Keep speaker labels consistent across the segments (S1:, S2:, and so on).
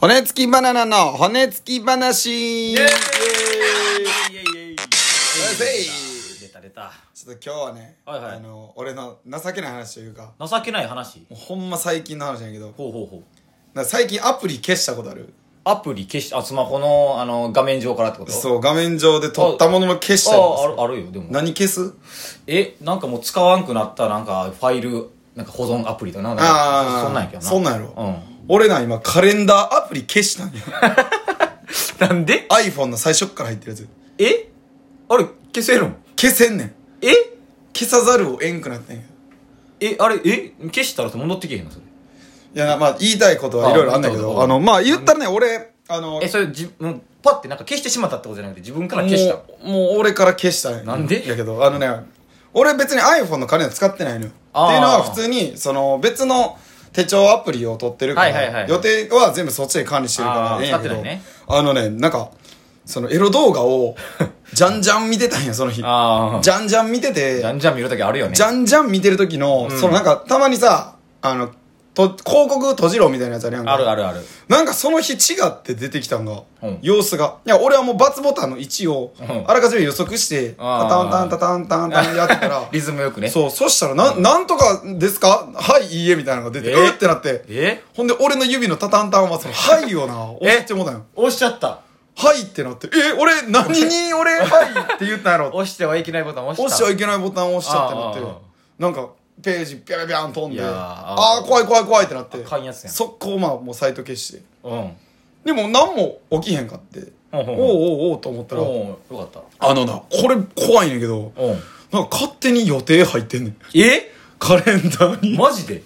S1: 骨付きバナナの骨付き話ちょっ
S2: イエイイエイ出た出た
S1: と今日はね、
S2: はいはい
S1: あの俺の情けない話というか
S2: 情けない話
S1: もうほんま最近の話やけど
S2: ほうほうほう
S1: なんか最近アプリ消したことある
S2: アプリ消しあスマホのあの画面上からってことう
S1: そう画面上で撮ったものも消した
S2: ああ
S1: よ
S2: るあるよでも
S1: 何消す
S2: えなんかもう使わんくなったなんかファイルなんか保存アプリだななん
S1: あ
S2: か
S1: あ
S2: そんなんやけどな
S1: そんなんやろ、
S2: うん
S1: 俺な今カレンダーアプリ消したんや
S2: なんで
S1: iPhone の最初っから入ってるやつ
S2: えあれ消せるん
S1: 消せんねん
S2: え
S1: 消さざるをえんくなってんや
S2: えあれえ消したら戻ってけへんのそれ
S1: いやなまあ言いたいことはいろいろあんだけど
S2: あ
S1: あのまあ言ったらね俺あの
S2: えそれじうんパッてなんか消してしまったってことじゃなくて自分から消した
S1: もうもう俺から消したね
S2: なんで
S1: やけどあのね俺別に iPhone のカレンダー使ってないのよっていうの
S2: あー
S1: は普通にその別の手帳アプリを取ってるから、
S2: はいはいはい
S1: 予定は全部そっちで管理してるか
S2: あー
S1: らええんやけど
S2: 使ってないね
S1: あのねなんかそのエロ動画をじゃんじゃん見てたんやその日じゃ
S2: ああじ
S1: んじゃん見てて
S2: ゃんじゃん見るときあるよね
S1: じゃんじゃん見てる時の、そのなんかたまにさあのと広告閉じろみたいなやつあるやんか
S2: あるあるある
S1: なんかその日違って出てきたんが、
S2: うん
S1: 様子が。いや、俺はもう×ボタンの位置を、
S2: ん
S1: あらかじめ予測して、
S2: あ
S1: タ
S2: ー、
S1: タンタンタタンタンタンやってたら
S2: リズムよくね
S1: そう、そしたら、な、ん、なんとかですかはい、いいえ、みたいなのが出て、
S2: え
S1: うってなって。
S2: え
S1: ほんで、俺の指のタタンタンは、その、はいをな、押してもだよ。
S2: 押しちゃった
S1: はいってなって、え、俺、何に俺、はいって言ったんやろ。
S2: 押してはいけないボタン押した
S1: 押しちゃいけないボタンを押しちゃってなっ
S2: あーあーあ
S1: て、なんか、ページ、ピャピャピャン飛ん
S2: い
S1: で、
S2: やー
S1: あー、怖い怖い怖いってなって、
S2: あかんやつやん
S1: 速攻、まあ、もうサイト消して。
S2: うん
S1: でも何も起きへんかって、
S2: ほうほうほう
S1: おうおうおうと思ったら、
S2: およかった
S1: あのな、これ怖いねんけど、
S2: うん
S1: なんか勝手に予定入ってんねん。
S2: え
S1: カレンダーに。
S2: マジで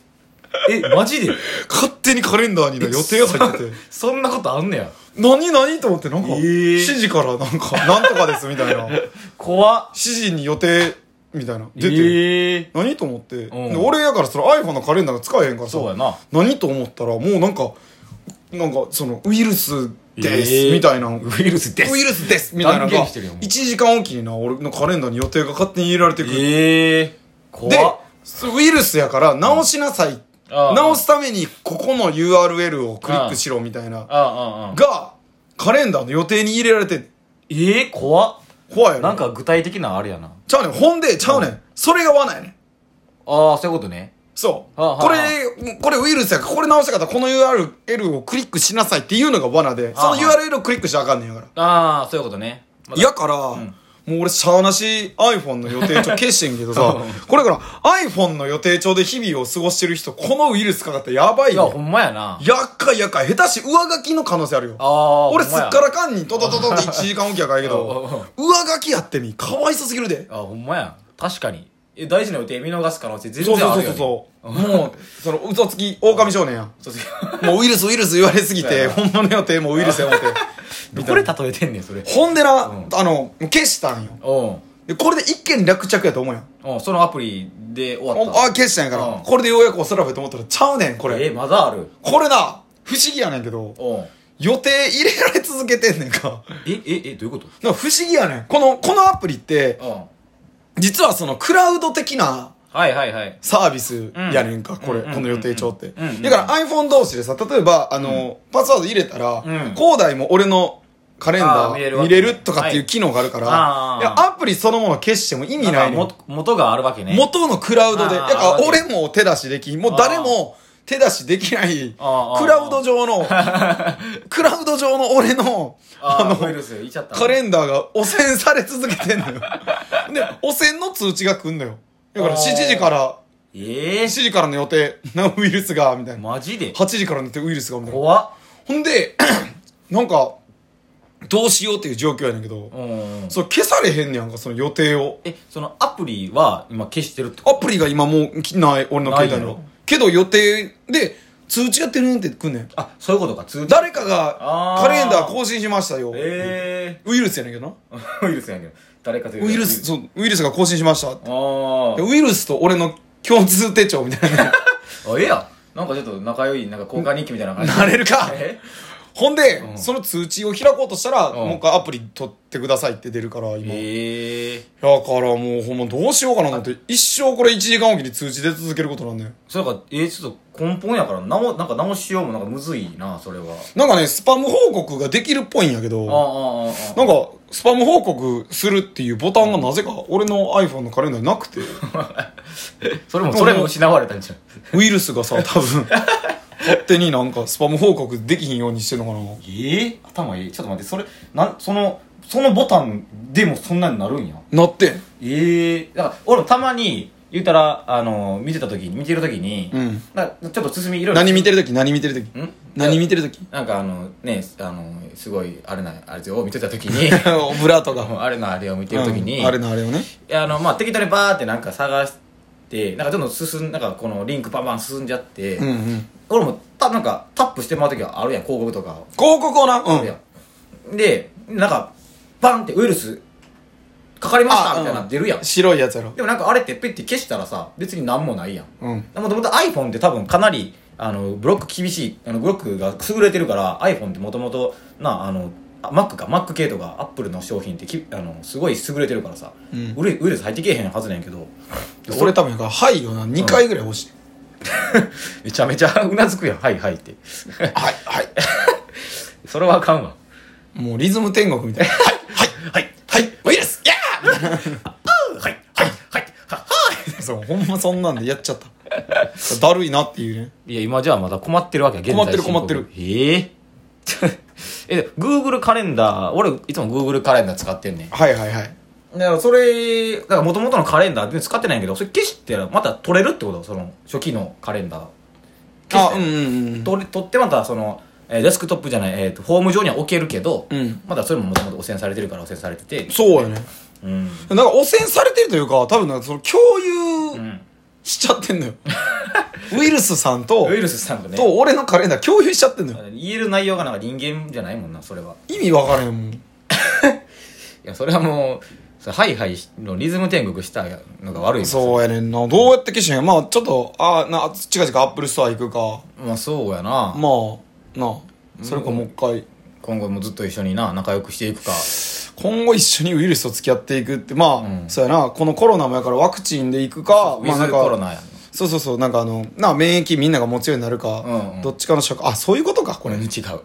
S2: えマジで
S1: 勝手にカレンダーにな予定入ってて、
S2: そんなことあんねや
S1: 何何と思って、なんか、
S2: えー
S1: 指示からなんか、なんとかですみ たいな。指
S2: 怖っ
S1: 示に予定、みたいな。出て、
S2: ええ
S1: 何と思って、
S2: うん
S1: で俺やからその iPhone のカレンダーが使えへんからさ
S2: そうやな
S1: 何と思ったらもうなんかなんかそのウイルスです、
S2: えー
S1: みたいなウ
S2: イルスです
S1: イルスですみたいなのが
S2: 断言してるよもう
S1: 1時間おきにな俺のカレンダーに予定が勝手に入れられてくる、
S2: ええ怖
S1: で
S2: っ
S1: そうウイルスやから直しなさい
S2: ああ
S1: 直すためにここの URL をクリックしろみたいな
S2: ああああ
S1: がカレンダーの予定に入れられて
S2: ええ怖っ
S1: 怖いよ
S2: なん
S1: か
S2: か具体的なのあれやな
S1: ちゃうねんほんでちゃうねんそれが罠やねん
S2: ああそういうことね
S1: そう。
S2: はあはあ
S1: これ、これウイルスやから、これ直したかったら、この URL をクリックしなさいっていうのが罠で、その
S2: はあ
S1: URL をクリックしちゃあかんねんやから。
S2: ああそういうことねまだ
S1: やから、もう俺、しゃーなし iPhone の予定帳消してんけどさ、これから iPhone の予定帳で日々を過ごしてる人、このウイルスかかったらやばい
S2: いや
S1: よ
S2: ほ。んまやな
S1: やっかいやっかい、下手し上書きの可能性あるよ。
S2: ああ
S1: 俺、す
S2: ほ
S1: っ
S2: んまや
S1: からかんに、トトトトって1時間おきやからやけど、上書きやってみ、かわいそすぎるで。
S2: あほんまや確かにえ大事な予定見逃す可能性全
S1: そう
S2: 然
S1: そ
S2: あ
S1: う
S2: る
S1: そ
S2: よ
S1: う
S2: ね
S1: そう。もう、その、嘘つき、狼少年やん。
S2: そうそう
S1: もうウイルスウイルス言われすぎて、本物の予定もウイルスや思 って。
S2: どこで例えてんねんそれ
S1: ほんでな、あの、消したんよ。
S2: う
S1: で、
S2: ん
S1: これで一件落着やと思うやん。
S2: うんそのアプリで終わっ
S1: お
S2: た
S1: あ、消したんやから、
S2: うん
S1: これでようやくおさらばやと思ったら、ちゃうねん、これ。
S2: えまだある
S1: これな、不思議やねんけど、
S2: うん
S1: 予定入れられ続けてんねんか。
S2: えええどういうこと
S1: なんか不思議やねん。この、このアプリって、
S2: うん
S1: 実はそのクラウド的な、
S2: はいはいはい
S1: サービスやねんか、
S2: うん
S1: これ、
S2: うん
S1: この予定帳って。
S2: うんうん
S1: だから iPhone 同士でさ、例えば、あの、パスワード入れたら、
S2: うん
S1: 恒大も俺のカレン
S2: あー
S1: ダ
S2: 見れる
S1: ー
S2: わ
S1: 見
S2: け
S1: れるとかっていう機能があるから、
S2: はい
S1: いやアプリそのもの消しても意味ないねん
S2: んかも元があるわけね
S1: 元のクラウドで。だ
S2: あー
S1: から俺も手出しできん、もう誰も手出しできない、ク
S2: あー
S1: ラウド上 の、クラウド上の俺の、
S2: あのウイルスいっちゃった
S1: カ
S2: ン
S1: レンダーが汚染され続けてんの よ。で、汚染の通知が来んのよ。だから
S2: あ
S1: 7
S2: ー
S1: 時から、
S2: ええ
S1: 7時からの予定、なウイルスが、みたいな。
S2: マジで
S1: 8時からの予定、ウイルスが、みたいな。
S2: 怖っ
S1: ほんで、 なんか、どうしようっていう状況やねんけど、
S2: うん
S1: そう消されへんねやんか、その予定を。
S2: えそのアプリは今消してるってこ
S1: アプリが今もうきない、俺の携帯
S2: ない
S1: の
S2: の。
S1: けど予定で、通知がてるんって来んねん。
S2: とあそういうことか通知
S1: 誰かが
S2: あー
S1: カレンダー更新しましたよ。
S2: え
S1: ウイルスやねんけど
S2: え ウイルスやけど誰かとい
S1: な。
S2: うか
S1: ウイルス、そう、ウイルスが更新しましたって。
S2: あ
S1: ウイルスと俺の共通手帳みたいな。
S2: ーあええやんなんかちょっと仲良いなんか交換日記みたいな感じ
S1: なれるか
S2: え
S1: ほんで、
S2: うん
S1: その通知を開こうとしたら、
S2: ん
S1: もう一回アプリ取ってくださいって出るから、今。
S2: ええ
S1: だからもうほんまどうしようかなと思って、一生これ1時間おきに通知出続けることなんねん。
S2: それかえー、ちょっと根本やからなもなんか直しようもなんかむずいなそれは
S1: なんかね、スパム報告ができるっぽいんやけ
S2: あ
S1: ど、
S2: あああ
S1: な
S2: あ
S1: んか、スパム報告するっていうボタンがなぜか俺の iPhone のカレンダーになくて、
S2: それもそれも失われたんじゃん
S1: ウイルスが さ、多分、勝手になんかスパム報告できひんようにしてんのかな。
S2: ええ頭いいちょっと待ってそれなんそのそのボタンでもそんなになるんや
S1: なってん。
S2: ええだから俺もたまに言うたらあの見てた時に見てる時に、
S1: うん
S2: なんかちょっと進みいろいろ
S1: 何見てるとき何見てるとき
S2: ん
S1: 何見てるとき
S2: なんかあのねあのすごいあれなあれを見てた時 に
S1: ブラートが。
S2: あれなあれを見てる時に、
S1: うんあれのあれをね。
S2: いやあのまあ適当にバーってなんか探してなんかどんどん進んなんかこのリンクバンバン進んじゃって、
S1: うんうん。広
S2: 俺もたなんかタップしてもらう時はあるやん広告とか
S1: 告をな、う
S2: あるや
S1: ん。
S2: んでなんかバンってウイルスかかりまし
S1: あうん
S2: たみたいなの出るやん、
S1: 白いやつやろ。
S2: でもなんかあれってペッて消したらさ別になんもないやん
S1: うん。
S2: もともと iPhone って多分かなりあのブロック厳しいあのブロックが優れてるから iPhone ってもともとなあのあ Mac か Mac 系とか Apple の商品ってきあのすごい優れてるからさ、
S1: うん
S2: ウイルウイルス入ってけえへんはずなんやけど
S1: 俺多分やから、はいよな、2回ぐらい欲しい。
S2: めちゃめちゃうなずくやんはいはいって
S1: はい、はい。
S2: それはあかんわ
S1: もうリズム天国み たいな。はい、はい、
S2: はい
S1: はい、ウイルスイヤ
S2: はいはいはいはは
S1: ーそう、ほんまそんなんでやっちゃった。だるいなっていうね。
S2: いや今じゃあまだ困ってるわけや現在
S1: 困ってる
S2: 進行
S1: 困ってる
S2: ええ えで Google カレンダー俺いつも Google カレンダー使ってんねん
S1: はいはいはい。
S2: だからそれ、だから元々のカレンダー全然使ってないけど、それ消してまた取れるってことその初期のカレンダー。
S1: あ、うん
S2: 消して
S1: うんうん。
S2: 取れ取ってまたその、えーデスクトップじゃない、えーと、ホーム上には置けるけど、
S1: うん
S2: まだそれももともと汚染されてるから汚染されてて、
S1: そうやね。
S2: うん。
S1: なんか汚染されてるというか、多分なんかその共
S2: う
S1: 有
S2: ん。
S1: しちゃってんの よ。ウイルスさんと
S2: ウ、イルスさんとね、
S1: と俺のカレンダー共有しちゃってんのよ。
S2: 言える内容がなんか人間じゃないもんな、それは。
S1: 意味わからへんもん。
S2: いや、それはもう、それハイハイのリズム天国したのが悪いう。
S1: そうやねんな。どうやって消しへんまあちょっと、あーな、近々アップルストア行くか。
S2: まあそうや
S1: ま
S2: な。
S1: あ、なあ、それかもう一回。
S2: 今後もずっと一緒にな、仲良くしていくか。
S1: 今後一緒にウイルスと付き合っていくって、まあ、
S2: うん
S1: そうやな、このコロナもやからワクチンでいくか、
S2: ウ
S1: ま
S2: ィ
S1: あなん
S2: ズ
S1: か、
S2: コロナやん。
S1: そうそうそう、なんかあの、なあ免疫みんなが持つようになるか、
S2: うんうん
S1: どっちかの職、あ、そういうことか、こ
S2: こ
S1: れ。
S2: れ違う。